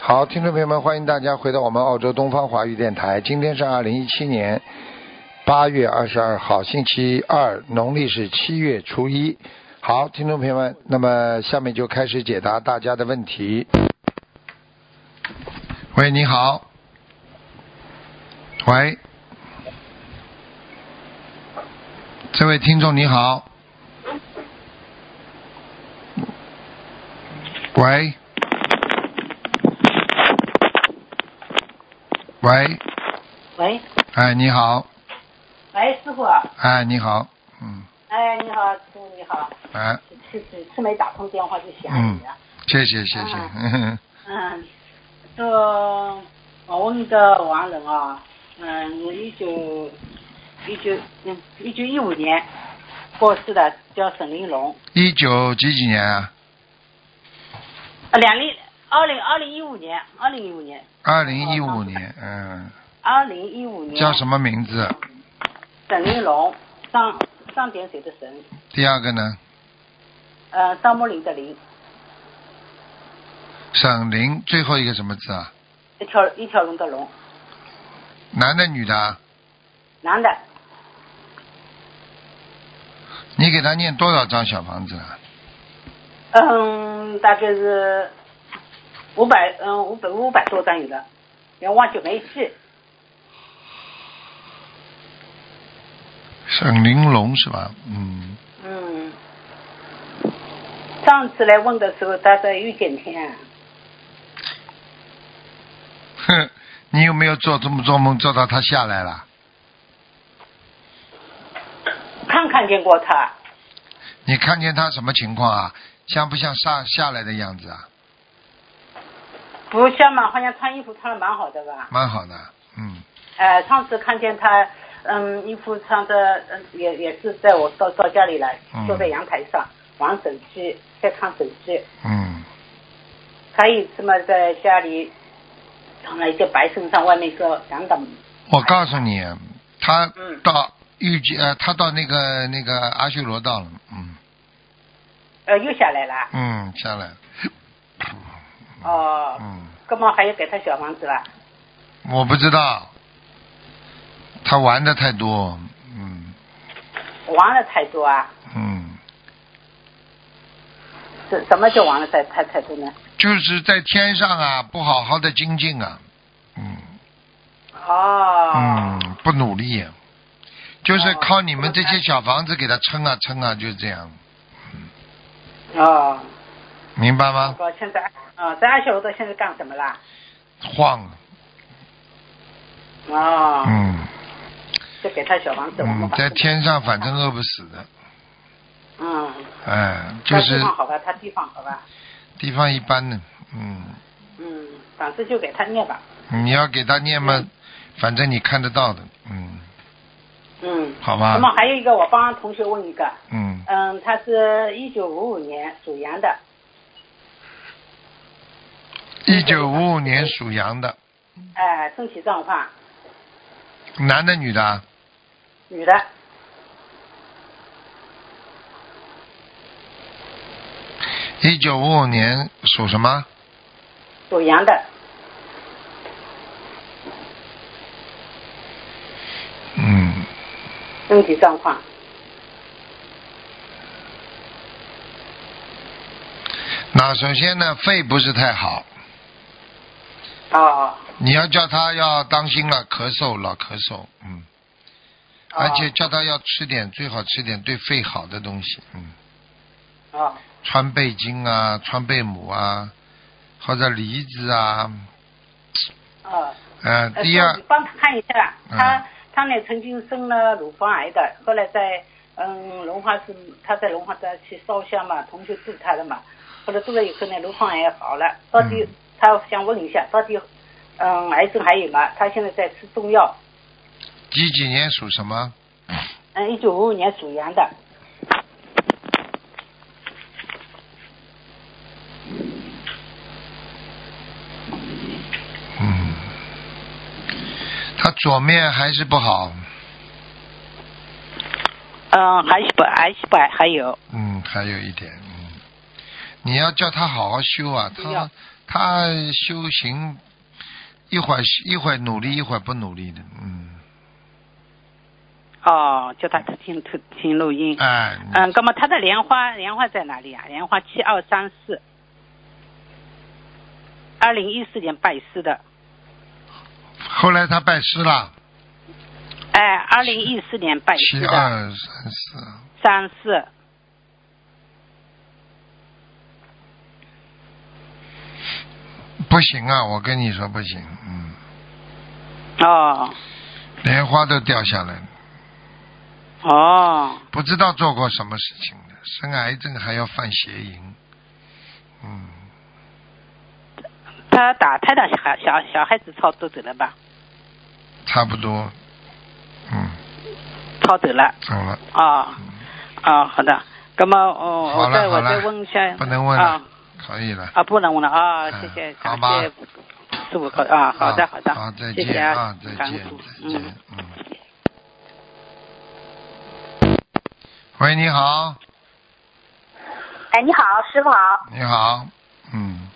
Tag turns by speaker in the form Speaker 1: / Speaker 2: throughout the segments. Speaker 1: 好，听众朋友们，欢迎大家回到我们澳洲东方华语电台。今天是二零一七年八月二十二号，星期二，农历是七月初一。好，听众朋友们，那么下面就开始解答大家的问题。喂，你好。喂，这位听众你好。喂。喂，
Speaker 2: 喂，
Speaker 1: 哎，你好，
Speaker 2: 喂，师傅，
Speaker 1: 哎，你好，嗯，
Speaker 2: 哎，你好，师傅你好，
Speaker 1: 哎，
Speaker 2: 是是是没打通电话就想你了。
Speaker 1: 谢谢，谢谢，嗯，
Speaker 2: 嗯，这我问个亡人啊，嗯，我一九一九嗯一九一五年过世的，叫沈玲珑。
Speaker 1: 一九几几年啊？
Speaker 2: 呃，两零二零二零一五年，二零一五年，
Speaker 1: 二零一五年，嗯，
Speaker 2: 二零一五年
Speaker 1: 叫什么名字？
Speaker 2: 沈玲珑，上上点水的沈，
Speaker 1: 第二个呢？
Speaker 2: 呃，张木林的林，
Speaker 1: 沈林，最后一个什么字啊？
Speaker 2: 一条一条龙的龙，
Speaker 1: 男的女的啊？
Speaker 2: 男的，
Speaker 1: 你给他念多少张小房子啊？
Speaker 2: 嗯，大概是五百，嗯，五百五百多张有了，要忘记没记。
Speaker 1: 沈玲珑是吧？嗯，
Speaker 2: 嗯，上次来问的时候，大概有点天，
Speaker 1: 哼，你有没有做这么做梦做到他下来了？
Speaker 2: 看看见过他，
Speaker 1: 你看见他什么情况啊？像不像下下来的样子啊？
Speaker 2: 不像嘛，好像穿衣服穿的蛮好的吧？
Speaker 1: 蛮好的，嗯，
Speaker 2: 呃，上次看见他，嗯，衣服穿的，嗯，也也是在我到到家里来
Speaker 1: 嗯，
Speaker 2: 坐在阳台上玩手机，在看手机。
Speaker 1: 嗯，
Speaker 2: 还有一次嘛，在家里穿了一件白衬衫，外面一个蓝的。
Speaker 1: 我告诉你，他
Speaker 2: 嗯
Speaker 1: 到遇见呃，他到那个那个阿修罗道了，嗯
Speaker 2: 呃，又下来了。
Speaker 1: 嗯，下来了，
Speaker 2: 哦，
Speaker 1: 嗯，
Speaker 2: 那么还要给他小房子啦？
Speaker 1: 我不知道，他玩的太多，嗯
Speaker 2: 亡了太多啊？
Speaker 1: 嗯，
Speaker 2: 什什么叫亡了太太太多呢？
Speaker 1: 就是在天上啊，不好好的精进啊，嗯
Speaker 2: 哦，
Speaker 1: 嗯，不努力、就是
Speaker 2: 哦
Speaker 1: 靠你们这
Speaker 2: 我
Speaker 1: 些
Speaker 2: 看
Speaker 1: 小房子给他撑啊撑啊，就这样，嗯
Speaker 2: 哦，
Speaker 1: 明白吗？
Speaker 2: 我现在啊、在二小楼道现在干什么啦？
Speaker 1: 晃，啊
Speaker 2: 哦，
Speaker 1: 嗯
Speaker 2: 就给他小房子，我们
Speaker 1: 嗯，
Speaker 2: 把
Speaker 1: 在天上反正饿不死的，
Speaker 2: 嗯，
Speaker 1: 哎，就
Speaker 2: 他
Speaker 1: 是
Speaker 2: 地方好吧，他地方好吧，
Speaker 1: 地方一般的，嗯，
Speaker 2: 嗯，反正就给他念吧，
Speaker 1: 你要给他念嘛，反正你看得到的，嗯，
Speaker 2: 嗯，
Speaker 1: 好
Speaker 2: 那么
Speaker 1: 吧，
Speaker 2: 还有一个，我帮同学问一个，
Speaker 1: 嗯，
Speaker 2: 嗯，他是一九五五年属羊的，
Speaker 1: 一九五五年属羊的，
Speaker 2: 哎、身体状况，
Speaker 1: 男的女的啊？
Speaker 2: 女的，
Speaker 1: 一九五五年属什么？
Speaker 2: 属羊的，
Speaker 1: 嗯，
Speaker 2: 身体状况，
Speaker 1: 那首先呢，肺不是太好，
Speaker 2: 哦，
Speaker 1: 你要叫他要当心了，咳嗽老咳嗽，嗯，
Speaker 2: 哦
Speaker 1: 啊而且叫他要吃点，最好吃点对肺好的东西，嗯。
Speaker 2: 哦，
Speaker 1: 川贝精啊，川贝母啊，或者梨子啊，
Speaker 2: 哦。
Speaker 1: 呃，
Speaker 2: 呃，
Speaker 1: 第二
Speaker 2: 你，帮他看一下，他、
Speaker 1: 嗯
Speaker 2: 他呢曾经生了乳房癌的，后来在嗯龙华是他在龙华山去烧香嘛，同学度他的嘛，后来度了以后呢，乳房癌好了，到底、
Speaker 1: 嗯
Speaker 2: 他想问一下，到底嗯癌症还有吗？他现在在吃中药，
Speaker 1: 几几年属什么？
Speaker 2: 嗯，一九五五年属羊的，
Speaker 1: 嗯，他左面还是不好，
Speaker 2: 嗯，还是不癌细胞还有，
Speaker 1: 嗯，还有一点，嗯，你要叫他好好修啊，
Speaker 2: 不要
Speaker 1: 他他修行一会儿一会儿努力，一会儿不努力的，嗯，
Speaker 2: 哦，叫他听听听录音。
Speaker 1: 哎，
Speaker 2: 嗯，那么他的莲花莲花在哪里啊？莲花七二三四，二零一四年拜师的，
Speaker 1: 后来他拜师了，
Speaker 2: 哎，二零一四年拜师
Speaker 1: 七
Speaker 2: 的
Speaker 1: 二三四，
Speaker 2: 三四，
Speaker 1: 不行啊，我跟你说不行，嗯，
Speaker 2: 哦
Speaker 1: 莲花都掉下来了，
Speaker 2: 哦
Speaker 1: 不知道做过什么事情的，生癌症还要犯邪淫，嗯，
Speaker 2: 他打胎的小孩小小孩子抄走走了吧？
Speaker 1: 差不多，嗯，
Speaker 2: 抄走了。
Speaker 1: 走了，
Speaker 2: 哦哦，好的。那么哦，
Speaker 1: 好
Speaker 2: 我
Speaker 1: 了
Speaker 2: 再
Speaker 1: 好
Speaker 2: 我
Speaker 1: 了
Speaker 2: 再问一下。
Speaker 1: 不能问了
Speaker 2: 啊
Speaker 1: 可以了。
Speaker 2: 啊，不能问了啊，谢谢
Speaker 1: 嗯，好
Speaker 2: 感
Speaker 1: 吧
Speaker 2: 谢师傅考啊，好的好的，
Speaker 1: 好，再
Speaker 2: 谢谢
Speaker 1: 见啊，再
Speaker 2: 感恩
Speaker 1: 见
Speaker 2: 师父，
Speaker 1: 再见
Speaker 2: 嗯。，
Speaker 1: 嗯。喂，你好，
Speaker 3: 哎，你好，师傅好。
Speaker 1: 你好，嗯，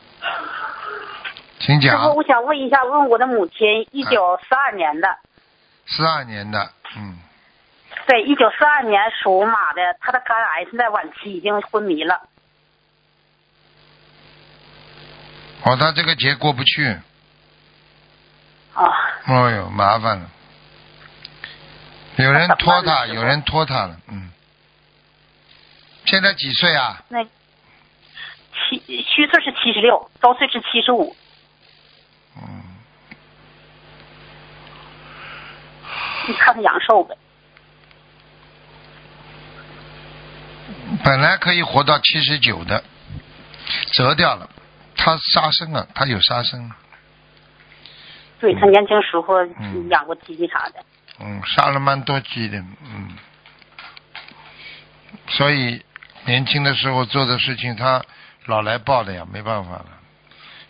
Speaker 1: 请
Speaker 3: 师
Speaker 1: 讲
Speaker 3: 傅，，我想问一下，问我的母亲，一九四二年的，
Speaker 1: 四二年的，嗯，
Speaker 3: 对，一九四二年属马的，她的肝癌现在晚期，已经昏迷了。
Speaker 1: 哦，他这个节过不去，
Speaker 3: 啊，
Speaker 1: 哦呦，麻烦了，有人
Speaker 3: 那怎么
Speaker 1: 拖他，
Speaker 3: 办呢师傅
Speaker 1: 有人拖他了，嗯。现在几岁啊？
Speaker 3: 那七虚岁是七十六，周岁是七十五。
Speaker 1: 嗯，
Speaker 3: 你看看阳寿呗。
Speaker 1: 本来可以活到七十九的，折掉了，他杀生了，他有杀生了。
Speaker 3: 对她年轻时候
Speaker 1: 嗯
Speaker 3: 养过鸡啥的。
Speaker 1: 嗯，杀了蛮多鸡的，嗯，所以年轻的时候做的事情，他老来报的呀，没办法了，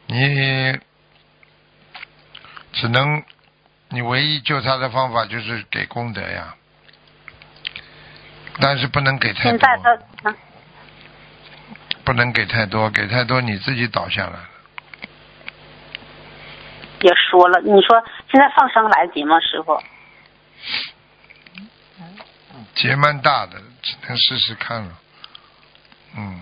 Speaker 1: 你只能，你唯一救他的方法就是给功德呀，但是不能给太
Speaker 3: 现在嗯她
Speaker 1: 多，不能给太多，给太多你自己倒下了，
Speaker 3: 也说了，你说现在放生来得及吗，师
Speaker 1: 啊
Speaker 3: 傅？
Speaker 1: 劫蛮大的，只能试试看了，嗯，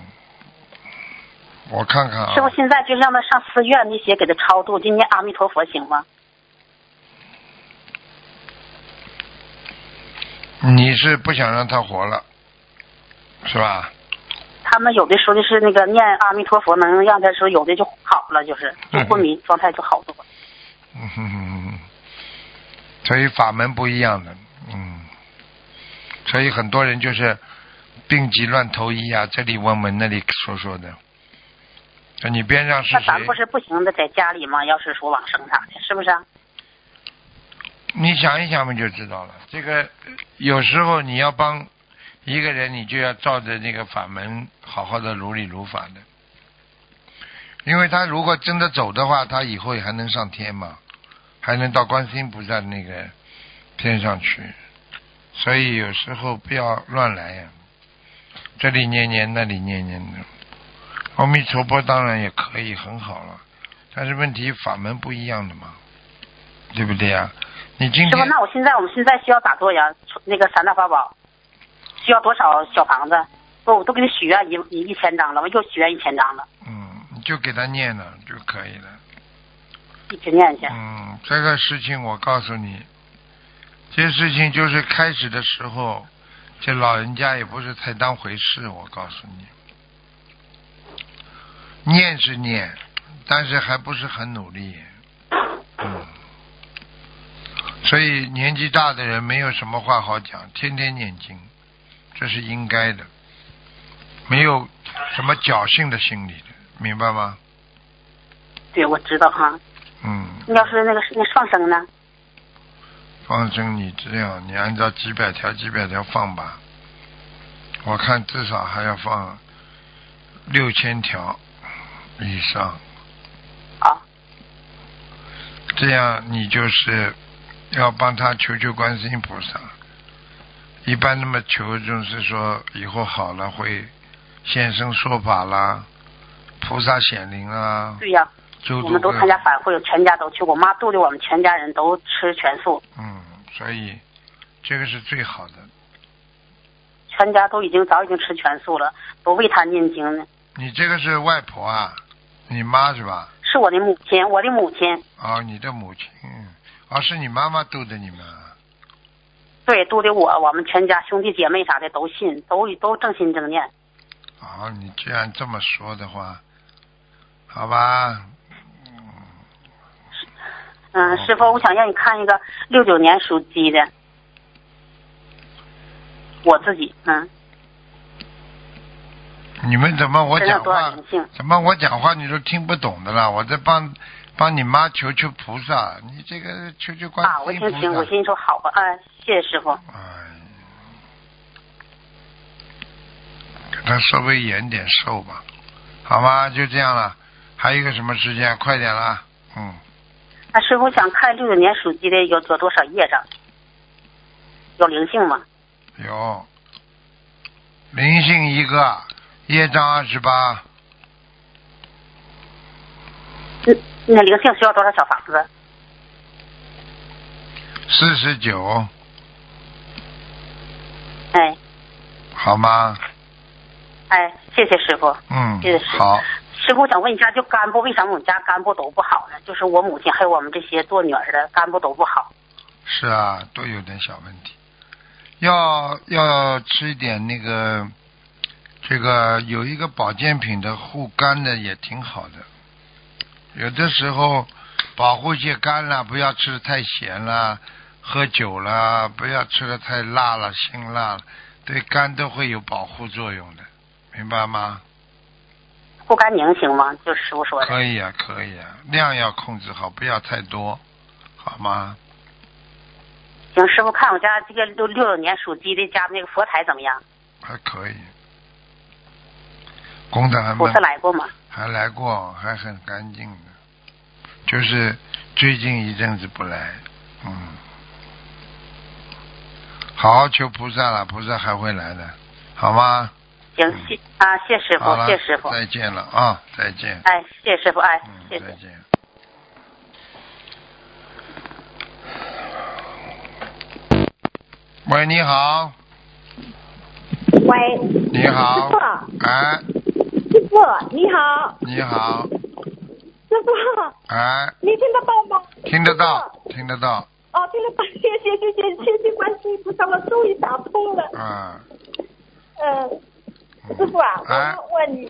Speaker 1: 我看看啊。
Speaker 3: 师傅现在就让她上寺院那些给她超度，今年阿弥陀佛行吗？
Speaker 1: 你是不想让他活了，是吧？
Speaker 3: 他们有的时候就是那个念阿弥陀佛，能让他说有的就好了，就是就昏迷状态就好多了。
Speaker 1: 嗯哼哼哼哼所以法门不一样的，嗯，所以很多人就是病急乱投医啊，这里问问那里说说的。就你边上是
Speaker 3: 那咱
Speaker 1: 谁
Speaker 3: 不？是不行的，在家里嘛，要是说往生啥的，是不是啊？
Speaker 1: 你想一想嘛，就知道了。这个有时候你要帮一个人，你就要照着那个法门好好的如理如法的，因为他如果真的走的话，他以后也还能上天嘛，还能到观世音菩萨那个天上去。所以有时候不要乱来呀、这里念念，那里念念的。阿弥陀佛当然也可以，很好了，但是问题法门不一样的嘛，对不对呀、你今
Speaker 3: 师傅，
Speaker 1: 天
Speaker 3: 那我现在我们现在需要咋做呀？那个三大法宝需要多少小房子？不，我都给他许愿一一一千张了，我又许愿一千张了，
Speaker 1: 嗯，你就给他念了就可以了。
Speaker 3: 一直念去。
Speaker 1: 嗯，这个事情我告诉你，这事情就是开始的时候，这老人家也不是太当回事。我告诉你，念是念，但是还不是很努力。嗯，所以年纪大的人没有什么话好讲，天天念经，这是应该的，没有什么侥幸的心理的，明白吗？
Speaker 3: 对，我知道哈。
Speaker 1: 嗯。
Speaker 3: 那要是那个那放生呢？
Speaker 1: 放生你这样，你按照几百条几百条放吧，我看至少还要放六千条以上，
Speaker 3: 啊，
Speaker 1: 这样你就是要帮他求求观世音菩萨。一般那么求就是说以后好了会现身说法啦，菩萨显灵啦，啊
Speaker 3: 对呀、
Speaker 1: 救
Speaker 3: 我
Speaker 1: 度
Speaker 3: 们都
Speaker 1: 会
Speaker 3: 参加法会，全家都去，我妈肚里我们全家人都吃全素，
Speaker 1: 嗯，所以这个是最好的。
Speaker 3: 全家都已经早已经吃全素了，都为她念经呢。
Speaker 1: 你这个是外婆啊，你妈是吧？
Speaker 3: 是我的母亲，我的母亲，
Speaker 1: 哦，你的母亲，嗯哦，是你妈妈度的你们啊。
Speaker 3: 对，肚里我，我们全家兄弟姐妹啥的都信，都都正心正念。
Speaker 1: 哦，你既然这么说的话，好吧，哦
Speaker 3: 嗯，师傅，我想让你看一个六九年属鸡的，我自己，嗯，
Speaker 1: 你们怎么我
Speaker 3: 身上
Speaker 1: 讲
Speaker 3: 多少
Speaker 1: 话
Speaker 3: 灵性？
Speaker 1: 怎么我讲话你都听不懂的啦？我在帮帮你妈求求菩萨，你这个求求观
Speaker 3: 啊，我
Speaker 1: 世音
Speaker 3: 听听，
Speaker 1: 菩
Speaker 3: 我
Speaker 1: 萨。
Speaker 3: 心里说好吧，啊，谢谢师傅，
Speaker 1: 哎，给他稍微延点寿吧，好吗？就这样了，还有一个什么时间？快点啦，嗯，
Speaker 3: 那师傅想看六九年属鸡的有有多少业障，有灵性吗？
Speaker 1: 有灵性一个，业障二十八，
Speaker 3: 嗯，那灵性需要多少小房子？
Speaker 1: 四十九，
Speaker 3: 哎
Speaker 1: 好吗？
Speaker 3: 哎，谢谢师傅。
Speaker 1: 嗯
Speaker 3: 是，是
Speaker 1: 好，
Speaker 3: 师傅，我想问一下，就肝部为啥我们家肝部都不好呢？就是我母亲还有我们这些做女儿的肝部都不好。
Speaker 1: 是啊，都有点小问题，要要吃一点那个，这个有一个保健品的护肝的也挺好的，有的时候保护一些肝啦，不要吃的太咸啦，喝酒啦，不要吃的太辣了、辛辣了，对肝都会有保护作用的，明白吗？
Speaker 3: 护肝宁行吗？就是师傅说的。
Speaker 1: 可以啊，可以啊，量要控制好，不要太多，好吗？
Speaker 3: 行，师傅看我家这个六六九年属鸡的家那个佛台怎么样？
Speaker 1: 还可以，工厂还
Speaker 3: 菩
Speaker 1: 蛮
Speaker 3: 萨来过吗？
Speaker 1: 还来过，还很干净的，就是最近一阵子不来，嗯，好好求菩萨了，菩萨还会来的，好吗？
Speaker 3: 行，谢啊，谢师
Speaker 1: 嗯
Speaker 3: 傅
Speaker 1: 好，了
Speaker 3: 谢师傅，
Speaker 1: 再见了啊，再见，
Speaker 3: 哎，谢师傅，哎，
Speaker 1: 嗯，
Speaker 3: 谢
Speaker 1: 再
Speaker 3: 谢。
Speaker 1: 见。喂，你好，
Speaker 4: 喂，
Speaker 1: 你好
Speaker 4: 师，傅，
Speaker 1: 哎，
Speaker 4: 师傅你好，
Speaker 1: 你好，
Speaker 4: 师傅，
Speaker 1: 哎，
Speaker 4: 你听得到吗？
Speaker 1: 听得到，听得到，
Speaker 4: 哦，听得到，谢谢谢谢谢谢观世音菩萨，我终于打通了。
Speaker 1: 啊，
Speaker 4: 嗯，
Speaker 1: 嗯
Speaker 4: 师傅 啊，我
Speaker 1: 哎
Speaker 4: 要问你，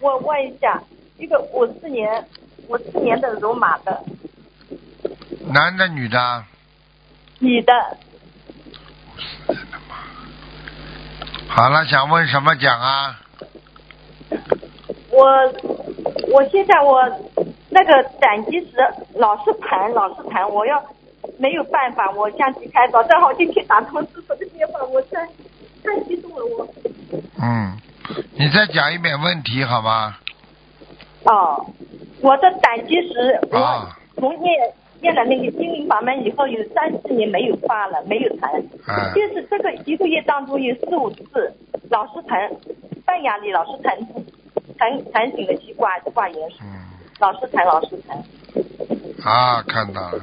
Speaker 4: 我问一下，一个五四年，五四年的属马的
Speaker 1: 男的女的啊？
Speaker 4: 女的，
Speaker 1: 好了，想问什么讲啊？
Speaker 4: 我我现在我那个胆结石老是疼，老是疼，我要没有办法，我想去开导，正好今天打通师傅的电话，我太太激动了，我
Speaker 1: 嗯，你再讲一遍问题好吗？
Speaker 4: 哦，我的胆结石，我
Speaker 1: 啊
Speaker 4: 从念念了那个心灵法门以后，有三四年没有发了，没有疼，
Speaker 1: 啊
Speaker 4: 就是这个一个月当中有四五次老是疼，半夜里老是疼，疼疼醒了去挂挂盐水，
Speaker 1: 嗯，
Speaker 4: 老是疼老是疼，
Speaker 1: 啊，看到了，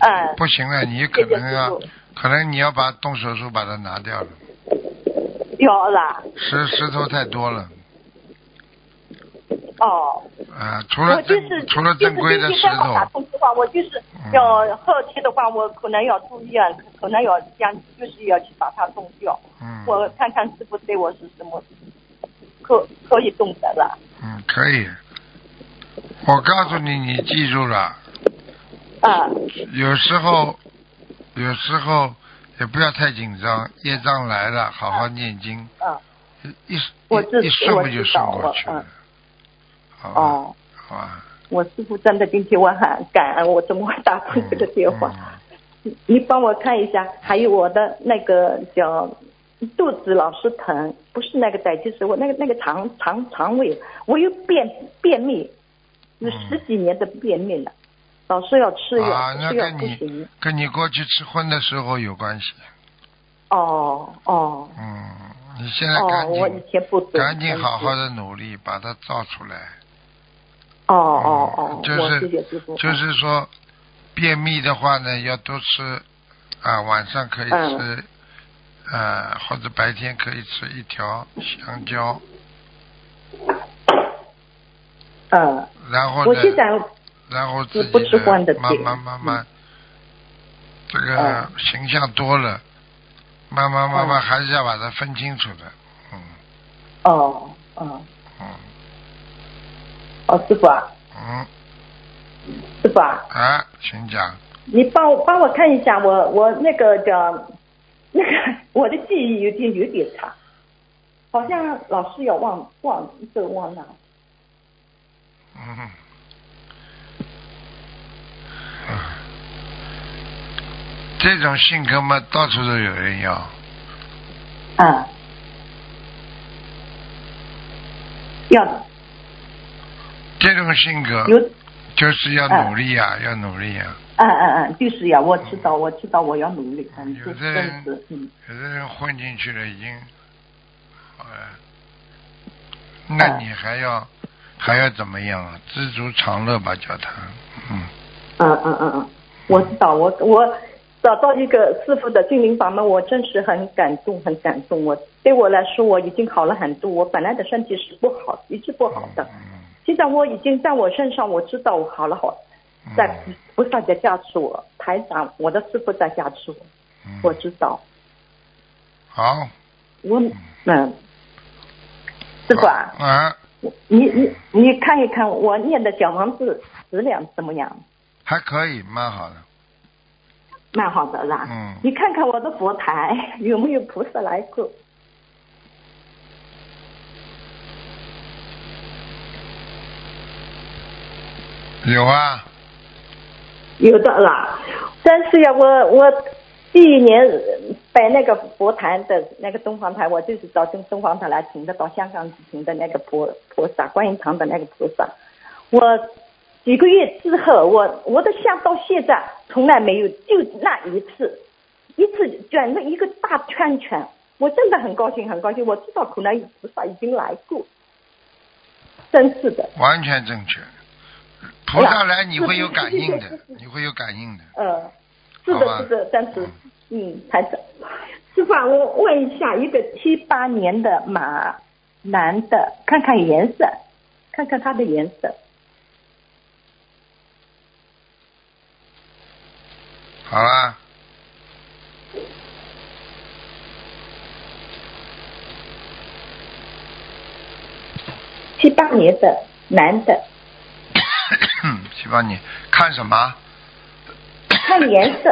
Speaker 4: 嗯，
Speaker 1: 不行了，你可
Speaker 4: 谢谢
Speaker 1: 能
Speaker 4: 师
Speaker 1: 要
Speaker 4: 傅，，
Speaker 1: 可能你要把动手术把它拿掉了，
Speaker 4: 有了，
Speaker 1: 石石头太多了，
Speaker 4: 哦，
Speaker 1: 啊，除
Speaker 4: 我
Speaker 1: 了
Speaker 4: 就
Speaker 1: 正
Speaker 4: 是
Speaker 1: 除了正规的
Speaker 4: 就是
Speaker 1: 石
Speaker 4: 今天刚好打
Speaker 1: 头，嗯
Speaker 4: 通电话，我就是要后期的话，我可能要住院，啊可能要将就是要去把它弄掉。
Speaker 1: 嗯
Speaker 4: 我看看师傅对我是什么可可以动的了。
Speaker 1: 嗯，可以。我告诉你，你记住了，
Speaker 4: 啊，
Speaker 1: 有时候，有时候也不要太紧张，业障来了，好好念经。
Speaker 4: 嗯，
Speaker 1: 一一
Speaker 4: 我知
Speaker 1: 一顺
Speaker 4: 我
Speaker 1: 不就
Speaker 4: 知
Speaker 1: 顺
Speaker 4: 道
Speaker 1: 过
Speaker 4: 我
Speaker 1: 去了
Speaker 4: 嗯？
Speaker 1: 好吧，
Speaker 4: 哦，
Speaker 1: 好 吧。
Speaker 4: 我师傅真的今天我很感恩，我怎么会打通这个电话？
Speaker 1: 嗯
Speaker 4: 你帮我看一下，还有我的那个叫肚子老是疼，不是那个胆结石，我那个那个肠肠肠胃，我又便便秘，有十几年的便秘了，老是要吃药，
Speaker 1: 啊，那
Speaker 4: 吃药
Speaker 1: 跟
Speaker 4: 不
Speaker 1: 你
Speaker 4: 行。
Speaker 1: 跟你过去吃荤的时候有关系。
Speaker 4: 哦哦
Speaker 1: 嗯，你现在
Speaker 4: 哦
Speaker 1: 赶，
Speaker 4: 我以
Speaker 1: 紧
Speaker 4: 前不懂。
Speaker 1: 赶紧好好
Speaker 4: 的。
Speaker 1: 的努力把它造出来，
Speaker 4: 哦哦哦，
Speaker 1: 嗯就
Speaker 4: 我
Speaker 1: 是
Speaker 4: 谢谢师傅。
Speaker 1: 就是说，便秘的话呢，要多吃啊，晚上可以
Speaker 4: 嗯
Speaker 1: 吃，呃，或者白天可以吃一条香蕉，
Speaker 4: 嗯，
Speaker 1: 然后
Speaker 4: 我
Speaker 1: 呢，
Speaker 4: 现在
Speaker 1: 然后自己
Speaker 4: 不吃荤的
Speaker 1: 慢
Speaker 4: 对
Speaker 1: 慢慢慢，这个
Speaker 4: 嗯
Speaker 1: 形象多了，慢慢慢慢
Speaker 4: 嗯
Speaker 1: 还是要把它分清楚的，嗯
Speaker 4: 哦哦
Speaker 1: 嗯
Speaker 4: 哦，师傅啊，
Speaker 1: 嗯
Speaker 4: 师傅啊，
Speaker 1: 啊，请讲，
Speaker 4: 你帮我帮我看一下，我我那个叫那个 我的记忆有点有点差，好像老是要忘忘这忘那。
Speaker 1: 嗯。这种性格嘛，到处都有人要。
Speaker 4: 啊，要
Speaker 1: 啊
Speaker 4: 的
Speaker 1: 这种性格
Speaker 4: 有，
Speaker 1: 就是要
Speaker 4: 嗯
Speaker 1: 努力呀、要努力啊呀、
Speaker 4: 嗯嗯嗯，就是呀，我知道，我知道，我要努力，嗯，
Speaker 1: 有
Speaker 4: 这
Speaker 1: 的
Speaker 4: 真
Speaker 1: 人
Speaker 4: 是，嗯，
Speaker 1: 有的人混进去了已经，呃，
Speaker 4: 啊
Speaker 1: 那
Speaker 4: 嗯
Speaker 1: 你还要、还要怎么样啊？知足常乐吧，叫他，嗯，
Speaker 4: 嗯嗯嗯嗯，我知道，我我找到一个师傅的心灵法门，我真是很感动，很感动。我对我来说，我已经好了很多。我本来的身体是不好，一直不好的，
Speaker 1: 嗯
Speaker 4: 现在我已经在我身上，我知道我好了好，
Speaker 1: 嗯
Speaker 4: 在菩萨在加持我，台长，我的师傅在加持我，
Speaker 1: 嗯
Speaker 4: 我知道，
Speaker 1: 好，
Speaker 4: 我嗯，师傅啊。
Speaker 1: 啊，
Speaker 4: 你你你看一看我念的小房子质量怎么样？
Speaker 1: 还可以，蛮好的，
Speaker 4: 蛮好的啦。
Speaker 1: 嗯
Speaker 4: 你看看我的佛台有没有菩萨来过？
Speaker 1: 有啊，
Speaker 4: 有的啦。但是呀，我我第一年摆那个佛坛的那个东方台，我就是找东东方台来请的，到香港请的那个菩菩萨，观音堂的那个菩萨。我几个月之后，我我的像到现在从来没有，就那一次，一次转了一个大圈圈，我真的很高兴，很高兴。我知道可能菩萨已经来过，真是的，
Speaker 1: 完全正确。菩萨
Speaker 4: 哎呀
Speaker 1: 来你会有感应的
Speaker 4: 是是，
Speaker 1: 你会有感应的。
Speaker 4: 呃，是
Speaker 1: 好吧
Speaker 4: 的，是的，但是，嗯，台长，师傅啊，我问一下，一个七八年的马男的，看看颜色，看看它的颜色，
Speaker 1: 好啦。
Speaker 4: 七八年的男的，
Speaker 1: 希望你看什么？
Speaker 4: 看颜色，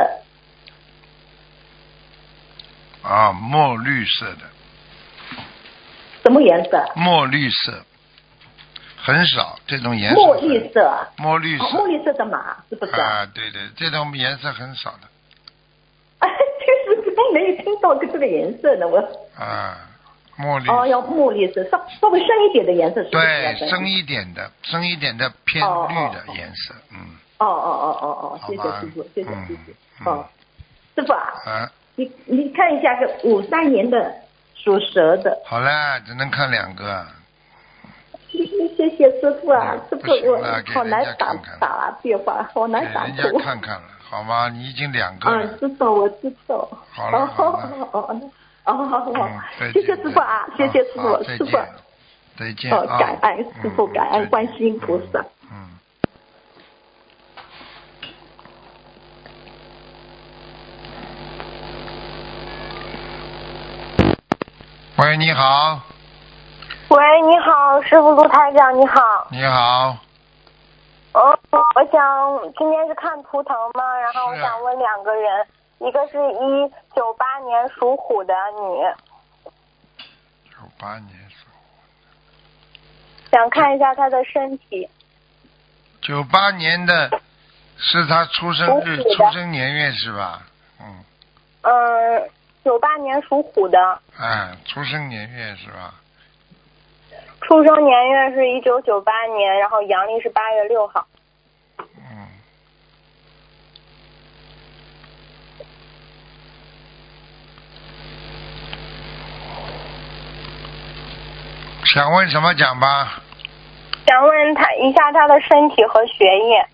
Speaker 1: 啊，墨绿色的，
Speaker 4: 什么颜色？
Speaker 1: 墨绿色，很少这种颜色。
Speaker 4: 墨绿。色啊，
Speaker 1: 墨绿
Speaker 4: 哦墨
Speaker 1: 色。
Speaker 4: 绿色的马是不是？
Speaker 1: 啊，对对，这种颜色很少的
Speaker 4: 啊，就是都没有听到过这个颜色呢，我
Speaker 1: 啊，墨绿。
Speaker 4: 哦，要墨绿色，稍稍微深一点的颜色是不是要
Speaker 1: 对，
Speaker 4: 深？
Speaker 1: 深一点的，深一点的偏
Speaker 4: 哦
Speaker 1: 绿
Speaker 4: 哦
Speaker 1: 的
Speaker 4: 哦
Speaker 1: 颜色，嗯，
Speaker 4: 哦哦哦哦哦，
Speaker 1: 好
Speaker 4: 谢谢
Speaker 1: 吧
Speaker 4: 师傅，谢谢师
Speaker 1: 嗯
Speaker 4: 傅。哦，师傅啊，
Speaker 1: 啊，
Speaker 4: 你你看一下，这五三年的属蛇的，
Speaker 1: 好啦，只能看两个，啊
Speaker 4: 谢谢师傅啊，师
Speaker 1: 嗯不
Speaker 4: 傅
Speaker 1: 行
Speaker 4: 我
Speaker 1: 了给
Speaker 4: 好
Speaker 1: 人
Speaker 4: 难
Speaker 1: 家
Speaker 4: 打
Speaker 1: 看看
Speaker 4: 打电话，好
Speaker 1: 给
Speaker 4: 难打
Speaker 1: 人家
Speaker 4: 通。
Speaker 1: 看看了，好吗？你已经两个
Speaker 4: 嗯
Speaker 1: 了，，
Speaker 4: 知道我知道。
Speaker 1: 好了
Speaker 4: 哦
Speaker 1: 好了
Speaker 4: 哦哦哦哦
Speaker 1: 嗯，再，
Speaker 4: 谢谢
Speaker 1: 见
Speaker 4: 师傅啊，谢
Speaker 1: 再
Speaker 4: 谢师
Speaker 1: 好好
Speaker 4: 傅，
Speaker 1: 再
Speaker 4: 师傅
Speaker 1: 见。再见
Speaker 4: 哦
Speaker 1: 啊！
Speaker 4: 感恩师父
Speaker 1: 嗯
Speaker 4: 感恩
Speaker 1: 再见
Speaker 4: 观世音菩萨
Speaker 1: 嗯。嗯。喂，你好，
Speaker 5: 喂，你好，师傅卢台长，你好。
Speaker 1: 你好，
Speaker 5: 嗯，我想今天是看图腾嘛，然后我
Speaker 1: 是
Speaker 5: 想问两个人，一个是一九八年属虎的女，
Speaker 1: 九八年属，
Speaker 5: 想看一下她的身体。
Speaker 1: 九八年的，是他出生
Speaker 4: 哦
Speaker 1: 日、
Speaker 5: 属虎
Speaker 1: 出
Speaker 5: 的
Speaker 1: 生年月是吧？嗯，
Speaker 5: 嗯，九八年属虎的，
Speaker 1: 哎，出生年月是吧？
Speaker 5: 出生年月是一九九八年，然后阳历是八月六号。
Speaker 1: 嗯，想问什么讲吧？
Speaker 5: 想问问他一下他的身体和学业。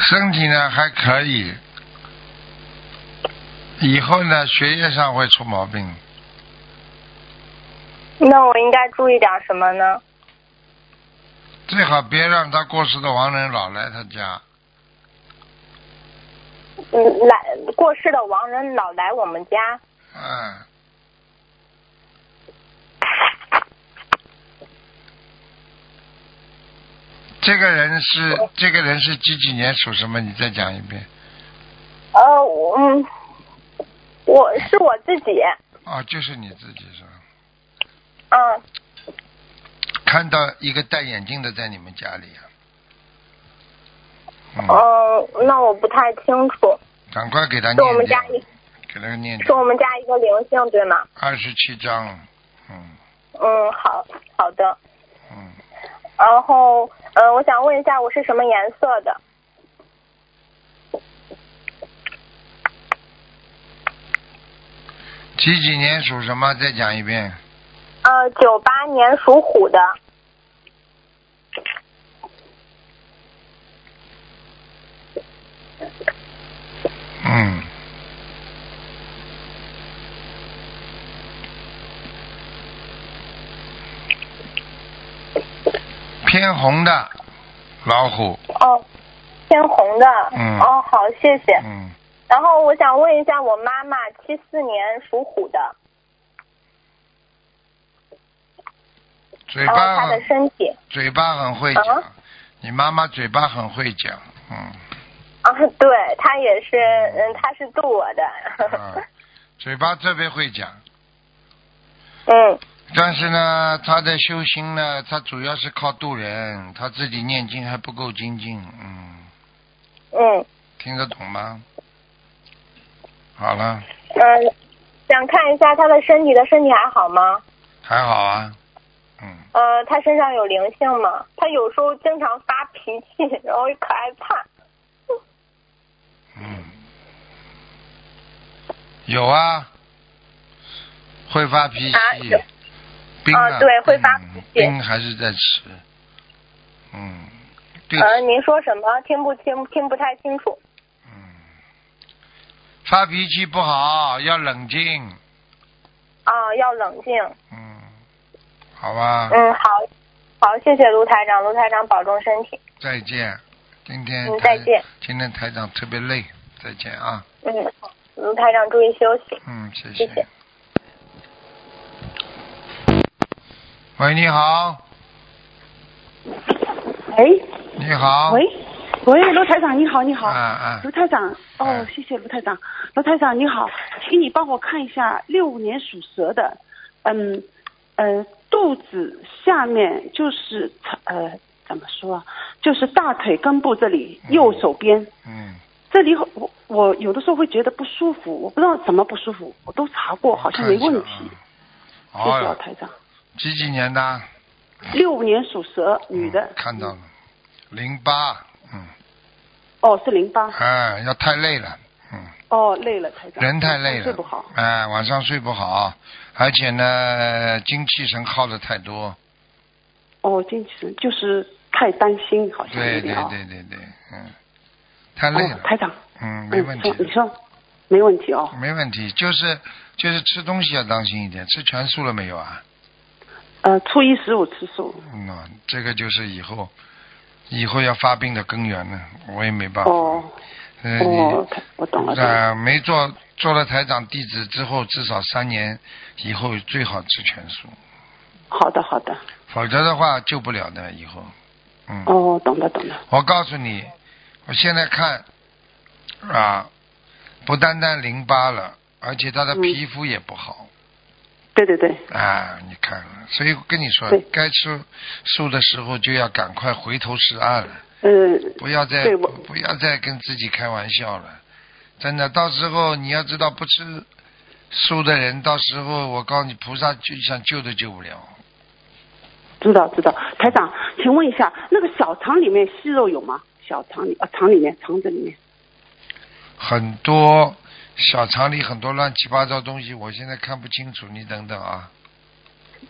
Speaker 1: 身体呢还可以，以后呢学业上会出毛病，
Speaker 5: 那我应该注意点什么呢？
Speaker 1: 最好别让他过世的亡人老来他家。
Speaker 5: 嗯，来过世的亡人老来我们家，
Speaker 1: 嗯，这个人是这个人是几几年属什么？你再讲一遍。
Speaker 5: 呃，我嗯，我是我自己，
Speaker 1: 哦，就是你自己是吧？
Speaker 5: 嗯，
Speaker 1: 看到一个戴眼镜的在你们家里啊。嗯，
Speaker 5: 呃，那我不太清楚，
Speaker 1: 赶快给他
Speaker 5: 是我
Speaker 1: 念
Speaker 5: 们
Speaker 1: 掉
Speaker 5: 家，一
Speaker 1: 给他念
Speaker 5: 是
Speaker 1: 掉
Speaker 5: 我们家一个灵性对吗？
Speaker 1: 二十七章，嗯
Speaker 5: 嗯，好好的，
Speaker 1: 嗯，
Speaker 5: 然后呃，我想问一下我是什么颜色的？
Speaker 1: 几几年属什么？再讲一遍。
Speaker 5: 呃，九八年属虎的，
Speaker 1: 嗯，偏红的老虎，
Speaker 5: 哦，偏红的，
Speaker 1: 嗯
Speaker 5: 哦，好，谢谢。
Speaker 1: 嗯，
Speaker 5: 然后我想问一下我妈妈，七四年属虎的，
Speaker 1: 嘴
Speaker 5: 然后
Speaker 1: 巴
Speaker 5: 她哦的
Speaker 1: 很
Speaker 5: 身体
Speaker 1: 嘴巴很会讲，
Speaker 5: 啊
Speaker 1: 你妈妈嘴巴很会讲，嗯，
Speaker 5: 啊，对，她也是，嗯，她是度我的，
Speaker 1: 啊嘴巴特别会讲，
Speaker 5: 嗯
Speaker 1: 但是呢，她的修心呢，她主要是靠渡人，她自己念经还不够精进，嗯，
Speaker 5: 嗯
Speaker 1: 听得懂吗？好了，
Speaker 5: 嗯，想看一下她的身体，她身体还好吗？
Speaker 1: 还好啊，嗯。
Speaker 5: 呃，她身上有灵性吗？她有时候经常发脾气，然后可爱怕。
Speaker 1: 嗯，有啊，会发脾
Speaker 5: 啊
Speaker 1: 气
Speaker 5: 有，
Speaker 1: 冰
Speaker 5: 啊对会发
Speaker 1: 嗯
Speaker 5: 脾气
Speaker 1: 冰还是在吃，嗯，对，
Speaker 5: 呃，您说什么？听不清，听不太清楚。
Speaker 1: 发脾气不好，要冷静，
Speaker 5: 啊，要冷静。
Speaker 1: 嗯，好吧，
Speaker 5: 嗯，好，好，谢谢卢台长，卢台长保重身体。
Speaker 1: 再见，今天
Speaker 5: 嗯
Speaker 1: 台
Speaker 5: 再见，
Speaker 1: 今天台长特别累，再见啊，
Speaker 5: 嗯，好卢台长注意休息。
Speaker 1: 嗯，谢
Speaker 5: 谢谢
Speaker 1: 喂，你好，
Speaker 5: 哎
Speaker 6: 喂
Speaker 1: 你好，
Speaker 6: 喂喂，罗台长你好，你好，
Speaker 1: 啊啊
Speaker 6: 卢，台长，
Speaker 1: 哎
Speaker 6: 哦，谢谢卢台长，罗台长你好，请你帮我看一下六五年属蛇的，嗯呃，肚子下面就是呃怎么说啊，就是大腿根部这里
Speaker 1: 嗯
Speaker 6: 右手边。
Speaker 1: 嗯，
Speaker 6: 这里我我有的时候会觉得不舒服，我不知道怎么不舒服，我都查过，好像
Speaker 1: 看
Speaker 6: 没
Speaker 1: 一下
Speaker 6: 问
Speaker 1: 啊
Speaker 6: 题。谢谢啊老
Speaker 1: 哦，
Speaker 6: 台长。
Speaker 1: 几几年的？
Speaker 6: 六五年属蛇，女的
Speaker 1: 嗯。看到了，零八，嗯，
Speaker 6: 哦，是淋巴。
Speaker 1: 哎，要太累了，嗯，
Speaker 6: 哦，累了，台长。嗯
Speaker 1: 人太累了，
Speaker 6: 睡不好。
Speaker 1: 哎，晚上睡不好，而且呢，精气神耗的太多，
Speaker 6: 哦，精神就是太担心，好像有
Speaker 1: 对对
Speaker 6: 点啊。
Speaker 1: 对对对，嗯，太累
Speaker 6: 哦
Speaker 1: 了，，
Speaker 6: 台长。
Speaker 1: 嗯，没问题
Speaker 6: 嗯、，你说，没问题哦。
Speaker 1: 没问题，就是就是吃东西要当心一点，吃全素了没有啊？
Speaker 6: 呃，初一十五吃素。
Speaker 1: 嗯呐，这个就是以后以后要发病的根源了，我也没办法，
Speaker 6: 哦。
Speaker 1: 嗯，啊你
Speaker 6: 哦，台我懂了。懂了
Speaker 1: 呃，没做做了台长弟子之后，至少三年以后最好吃全素，
Speaker 6: 好的，好的。
Speaker 1: 否则的话救不了的。以后，嗯，
Speaker 6: 哦，懂了，懂了。
Speaker 1: 我告诉你，我现在看啊，不单单淋巴了，而且他的
Speaker 6: 嗯
Speaker 1: 皮肤也不好、
Speaker 6: 对对对，
Speaker 1: 啊。你看了，所以我跟你说
Speaker 6: 对，
Speaker 1: 该吃素的时候就要赶快回头是岸了。
Speaker 6: 呃，
Speaker 1: 不要再
Speaker 6: 对我
Speaker 1: 不要再跟自己开玩笑了，真的，到时候你要知道，不吃素的人，到时候我告诉你，菩萨就想救都救不了。
Speaker 6: 知道知道。台长，请问一下，那个小肠里面息肉有吗？小肠里啊，肠里面，肠子里面。
Speaker 1: 很多小肠里很多乱七八糟东西，我现在看不清楚，你等等啊。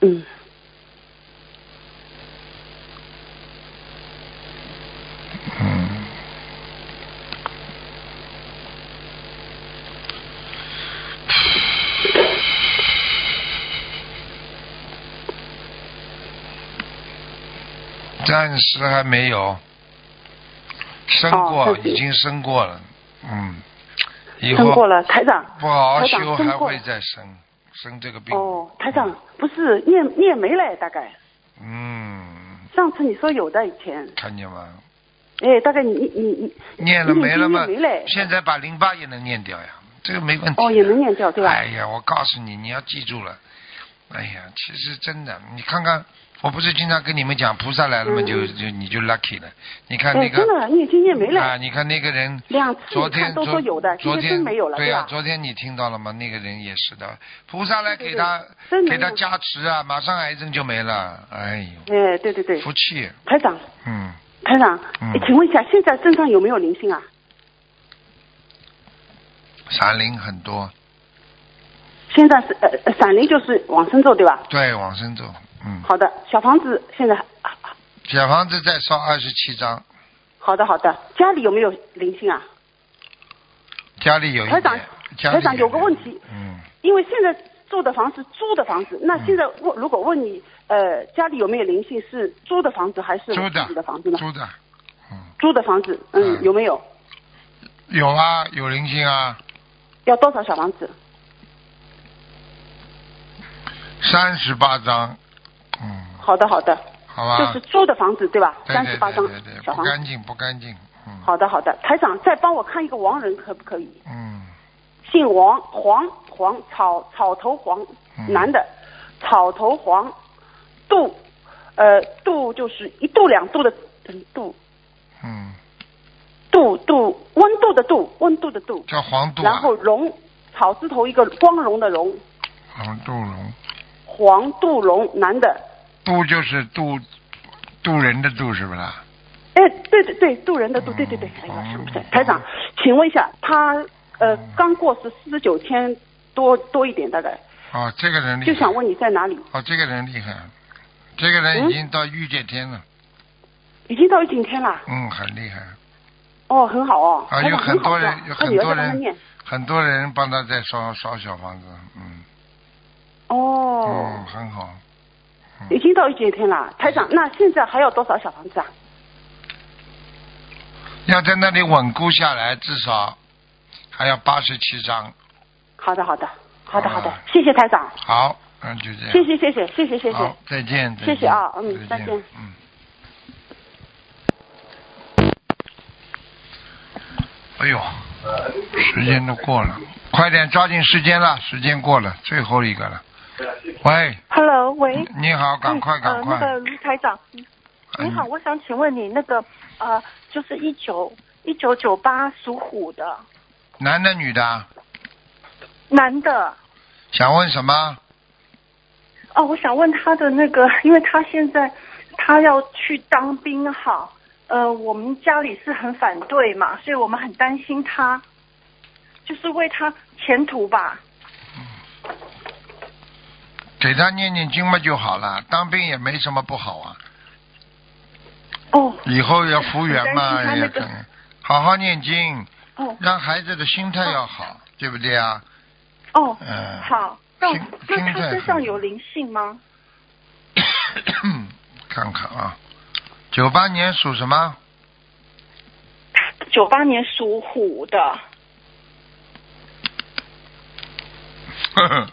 Speaker 6: 嗯，
Speaker 1: 嗯，暂时还没有，生
Speaker 6: 哦
Speaker 1: 过、
Speaker 6: 自己
Speaker 1: 已经生过了，嗯，以
Speaker 6: 通过
Speaker 1: 后
Speaker 6: 了，台长。
Speaker 1: 不好好
Speaker 6: 台长
Speaker 1: 修
Speaker 6: 生
Speaker 1: 还
Speaker 6: 过
Speaker 1: 会
Speaker 6: 了
Speaker 1: 再生，生这个病。
Speaker 6: 哦，台长，不是念念没嘞，大概
Speaker 1: 嗯，
Speaker 6: 上次你说有的以前，
Speaker 1: 看见吗？
Speaker 6: 哎，大概你你你你
Speaker 1: 念
Speaker 6: 嗯
Speaker 1: 了没了吗
Speaker 6: 念经念没嘞？
Speaker 1: 现在把淋巴也能念掉呀，这个没问题的。
Speaker 6: 哦也能念掉对吧
Speaker 1: 哎呀，我告诉你，你要记住了。哎呀，其实真的，你看看，我不是经常跟你们讲，菩萨来了嘛，
Speaker 6: 嗯
Speaker 1: 就就你就 lucky 了。你看那
Speaker 6: 哎，真
Speaker 1: 个
Speaker 6: 的念经念没嘞，
Speaker 1: 啊，你看那个人，
Speaker 6: 两次
Speaker 1: 昨
Speaker 6: 你
Speaker 1: 天
Speaker 6: 看都说有的，今
Speaker 1: 昨
Speaker 6: 天
Speaker 1: 天
Speaker 6: 真没有了，
Speaker 1: 对啊
Speaker 6: 吧？
Speaker 1: 昨天你听到了吗？那个人也是的，菩萨来给他
Speaker 6: 对对对真没
Speaker 1: 给他
Speaker 6: 有
Speaker 1: 加持啊，马上癌症就没了。哎
Speaker 6: 哎，对对对
Speaker 1: 呦，，福气，
Speaker 6: 台长
Speaker 1: 嗯。
Speaker 6: 台长，
Speaker 1: 嗯
Speaker 6: 哎请问一下，现在身上有没有灵性啊？
Speaker 1: 闪灵很多，
Speaker 6: 现在是呃呃闪灵就是往生咒对吧？
Speaker 1: 对，往生咒，嗯，
Speaker 6: 好的，小房子现在啊啊
Speaker 1: 小房子再烧二十七张，
Speaker 6: 好的好的，家里有没有灵性啊？
Speaker 1: 家里有一
Speaker 6: 台长
Speaker 1: 点，家里
Speaker 6: 台长有个问题
Speaker 1: 嗯，
Speaker 6: 因为现在住的房子租的房子，那
Speaker 1: 嗯
Speaker 6: 现在问如果问你呃家里有没有灵性，是租的房子还是
Speaker 1: 租
Speaker 6: 我
Speaker 1: 的
Speaker 6: 自己的房子呢？
Speaker 1: 租的，嗯，
Speaker 6: 租的房子，嗯，
Speaker 1: 嗯
Speaker 6: 有没有？
Speaker 1: 有啊，有灵性啊，
Speaker 6: 要多少小房子？
Speaker 1: 三十八张，嗯，
Speaker 6: 好的好的，
Speaker 1: 好
Speaker 6: 就
Speaker 1: 吧
Speaker 6: 是，租的房子对吧？
Speaker 1: 对
Speaker 6: 三
Speaker 1: 对
Speaker 6: 十八
Speaker 1: 对
Speaker 6: 张
Speaker 1: 对对，
Speaker 6: 小
Speaker 1: 不
Speaker 6: 房子。
Speaker 1: 干净不干净，嗯
Speaker 6: 好的好的，台长再帮我看一个亡人可不可以？
Speaker 1: 嗯，
Speaker 6: 姓王，黄黄草草头黄，
Speaker 1: 嗯
Speaker 6: 男的，草头黄，杜，呃杜就是一度两度的嗯杜
Speaker 1: 嗯，
Speaker 6: 杜杜温度的度温度的度，
Speaker 1: 叫黄杜
Speaker 6: 然
Speaker 1: 啊，
Speaker 6: 后荣草字头一个光荣的荣，
Speaker 1: 黄杜龙，
Speaker 6: 黄杜荣男的，
Speaker 1: 杜就是渡渡人的渡是不是啊啦？
Speaker 6: 哎对对对渡人的渡，对对对，哎呀
Speaker 1: 嗯
Speaker 6: 是不是台长，请问一下他呃刚过世四十九天多多一点大概，
Speaker 1: 哦，这个人厉害，
Speaker 6: 就想问你在哪里？
Speaker 1: 哦，这个人厉害，这个人已
Speaker 6: 嗯
Speaker 1: 经到御界天了，
Speaker 6: 已经到一景天了。
Speaker 1: 嗯，很厉害。
Speaker 6: 哦，很好哦，
Speaker 1: 啊，
Speaker 6: 台
Speaker 1: 有
Speaker 6: 长
Speaker 1: 很多
Speaker 6: 好
Speaker 1: 人，
Speaker 6: 是
Speaker 1: 有
Speaker 6: 吧他
Speaker 1: 很
Speaker 6: 女儿
Speaker 1: 多
Speaker 6: 在帮他
Speaker 1: 人
Speaker 6: 念。，
Speaker 1: 很多人帮他在烧烧小房子，嗯，
Speaker 6: 哦
Speaker 1: 嗯，，很好，
Speaker 6: 已经到一节天了，台长，那现在还要多少小房子啊？
Speaker 1: 要在那里稳固下来，至少还要八十七张。
Speaker 6: 好的，好的，好的，
Speaker 1: 好
Speaker 6: 好
Speaker 1: 的
Speaker 6: 的，谢谢台长，
Speaker 1: 好，那就这样。
Speaker 6: 谢谢，谢谢，谢谢，谢谢
Speaker 1: 好。，再见。再
Speaker 6: 谢
Speaker 1: 见
Speaker 6: 谢啊嗯
Speaker 1: 再
Speaker 6: 再见
Speaker 1: 嗯。哎呦，时间都过了，快点抓紧时间了，时间过了，最后一个了。喂，
Speaker 7: Hello，喂，
Speaker 1: 你好，赶快，
Speaker 6: 嗯
Speaker 1: 赶快
Speaker 7: 呃，。那个卢台长，
Speaker 1: 嗯
Speaker 7: 你好，我想请问你那个呃，就是一九一九九八属虎的
Speaker 1: 男的女的啊？
Speaker 7: 男的
Speaker 1: 想问什么？
Speaker 7: 哦，我想问他的那个，因为他现在他要去当兵哈，呃，我们家里是很反对嘛，所以我们很担心他，就是为他前途吧。
Speaker 1: 给他念念经嘛就好了，当兵也没什么不好啊，
Speaker 7: 哦
Speaker 1: 以后要服务员嘛，
Speaker 7: 担心他
Speaker 1: 也
Speaker 7: 那
Speaker 1: 可
Speaker 7: 个
Speaker 1: 能好好念经，
Speaker 7: 哦
Speaker 1: 让孩子的心态要好，对不对啊？
Speaker 7: 哦，
Speaker 1: 嗯，
Speaker 7: 好，那
Speaker 1: 心
Speaker 7: 那
Speaker 1: 心态
Speaker 7: 他身
Speaker 1: 很
Speaker 7: 上有灵性吗？
Speaker 1: 看看啊，九八年属什么？
Speaker 7: 九八年属虎的，
Speaker 1: 呵呵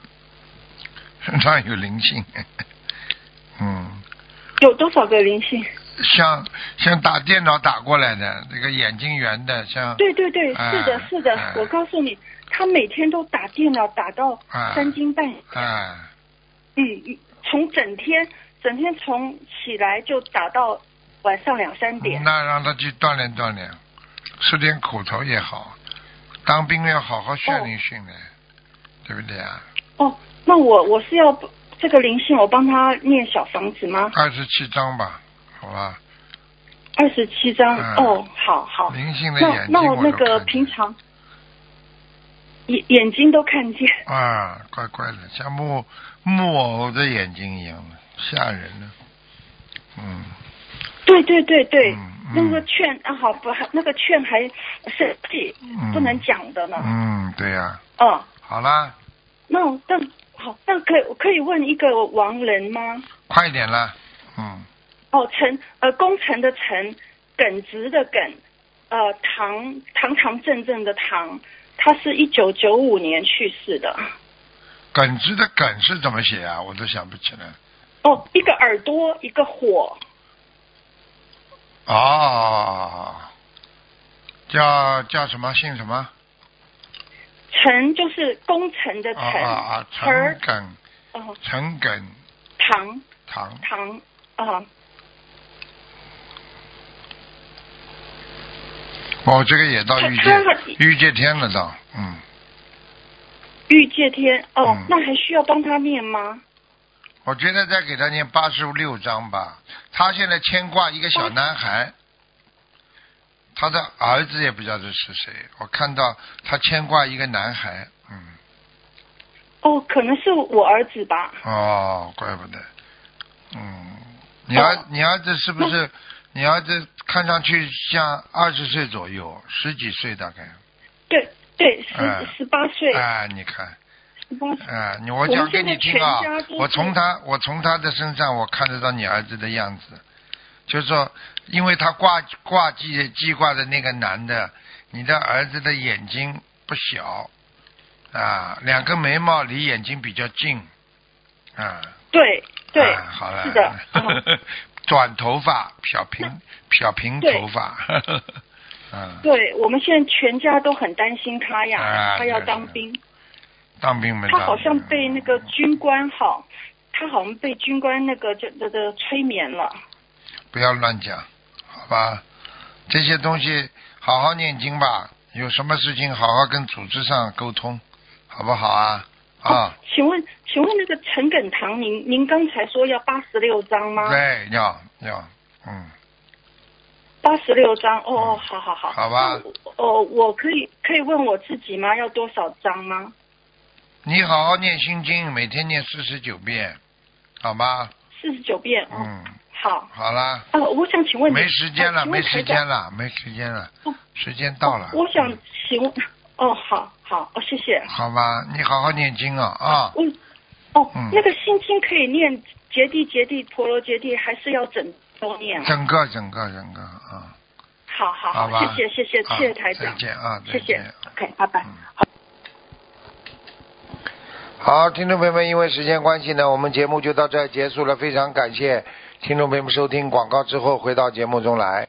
Speaker 1: 身上有灵性， 嗯，
Speaker 7: 有多少个灵性？
Speaker 1: 像像打电脑打过来的，这个眼睛圆的，像
Speaker 7: 对对对，
Speaker 1: 哎
Speaker 7: 是的，是的，
Speaker 1: 哎
Speaker 7: 我告诉你，他每天都打电脑打到
Speaker 1: 哎
Speaker 7: 三更半夜，
Speaker 1: 哎，
Speaker 7: 嗯，嗯从整天整天从起来就打到晚上两三点。
Speaker 1: 那让他去锻炼锻炼，吃点苦头也好。当兵要好好训练训练，对不对啊？
Speaker 7: 哦，那我我是要这个灵性，我帮他念小房子吗？
Speaker 1: 二十七张吧，好吧。
Speaker 7: 二十七张。
Speaker 1: 哎
Speaker 7: 哦，好好。
Speaker 1: 灵性的
Speaker 7: 那
Speaker 1: 眼睛
Speaker 7: 那我那
Speaker 1: 都
Speaker 7: 个
Speaker 1: 看见
Speaker 7: 平常，眼眼睛都看见。
Speaker 1: 啊，怪怪的，像木木偶的眼睛一样的，吓人了。嗯，
Speaker 7: 对对对对，
Speaker 1: 嗯
Speaker 7: 那个券啊，好不，那个券还是
Speaker 1: 嗯
Speaker 7: 不能啊讲的呢。
Speaker 1: 嗯，对呀、
Speaker 7: 哦，
Speaker 1: 好啦，
Speaker 7: 那我但好，那可以我可以问一个王人吗？
Speaker 1: 快一点啦。嗯，
Speaker 7: 哦，陈呃，工程的程，耿直的耿，呃，堂堂堂正正的堂，他是一九九五年去世的。
Speaker 1: 耿直的耿是怎么写啊？我都想不起来。
Speaker 7: 哦，一个耳朵，一个火，
Speaker 1: 哦，叫叫什么？姓什么？
Speaker 7: 程就是工程的
Speaker 1: 啊
Speaker 7: 程，
Speaker 1: 啊啊！
Speaker 7: 儿
Speaker 1: 陈耿，
Speaker 7: 哦，
Speaker 1: 陈耿
Speaker 7: 堂
Speaker 1: 堂。
Speaker 7: 堂啊、
Speaker 1: 哦，这个也到
Speaker 7: 他
Speaker 1: 御
Speaker 7: 他
Speaker 1: 界
Speaker 7: 还
Speaker 1: 御界天了到，嗯，
Speaker 7: 玉界天哦，
Speaker 1: 嗯
Speaker 7: 那还需要帮他念吗？
Speaker 1: 我觉得再给他念八十六章吧。他现在牵挂一个小男孩，他的儿子也不知道这是谁。我看到他牵挂一个男孩，嗯，
Speaker 7: 哦，可能是我儿子吧。
Speaker 1: 哦，怪不得，嗯，你儿、
Speaker 7: 哦
Speaker 1: 你儿子是不是？你儿子看上去像二十岁左右，十几岁大概。
Speaker 7: 对对，十
Speaker 1: 嗯
Speaker 7: 十八岁，
Speaker 1: 哎，你看，
Speaker 7: 十八岁。
Speaker 1: 哎，你我
Speaker 7: 我们
Speaker 1: 讲给
Speaker 7: 现在
Speaker 1: 你听啊
Speaker 7: 全家都，
Speaker 1: 我
Speaker 7: 是
Speaker 1: 从他，我从他的身上，我看得到你儿子的样子，就是说，因为他挂挂记记挂的那个男的，你的儿子的眼睛不小，啊，两个眉毛离眼睛比较近，啊，
Speaker 7: 对对、
Speaker 1: 啊好了，
Speaker 7: 是的。哦
Speaker 1: 短头发，小平小平
Speaker 7: 对
Speaker 1: 头发， 嗯，
Speaker 7: 对，我们现在全家都很担心他呀，
Speaker 1: 啊
Speaker 7: 他要
Speaker 1: 对
Speaker 7: 当
Speaker 1: 对
Speaker 7: 兵，
Speaker 1: 当兵没当兵？
Speaker 7: 他好像被那个军官哈，他好像被军官那个这这这催眠了。
Speaker 1: 不要乱讲，好吧？这些东西好好念经吧，有什么事情好好跟组织上沟通，好不好啊？啊，
Speaker 7: 哦请问，请问那个陈耿堂，您您刚才说要八十六张吗？
Speaker 1: 对，要要，嗯，
Speaker 7: 八十六张，哦，好好好。
Speaker 1: 好吧
Speaker 7: 那我哦，我可以可以问我自己吗？要多少张吗？
Speaker 1: 你好好念心经，每天念四十九遍，好吧？
Speaker 7: 四十九遍。哦、
Speaker 1: 嗯，
Speaker 7: 好。
Speaker 1: 好啦，
Speaker 7: 呃，我想请问你，
Speaker 1: 没时间了，
Speaker 7: 呃
Speaker 1: 没时。
Speaker 7: 请问台
Speaker 1: 间
Speaker 7: 长
Speaker 1: 了，没时间了
Speaker 7: 哦，
Speaker 1: 时间到了。
Speaker 7: 我想
Speaker 1: 嗯
Speaker 7: 请问，哦，好好，哦，谢谢。
Speaker 1: 好吧，你好好念经啊啊！
Speaker 7: 嗯，哦，
Speaker 1: 嗯
Speaker 7: 那个心经可以念结地结地婆罗结地，还是要整周念啊？
Speaker 1: 整个整个整个啊，
Speaker 7: 好好
Speaker 1: 好吧？
Speaker 7: 谢谢谢谢
Speaker 1: 啊
Speaker 7: 谢谢台长
Speaker 1: 再，见啊，再
Speaker 7: 谢谢
Speaker 1: 见。
Speaker 7: ，OK，拜拜。
Speaker 1: 好，听众朋友们，因为时间关系呢，我们节目就到这儿结束了。非常感谢听众朋友们收听广告之后回到节目中来。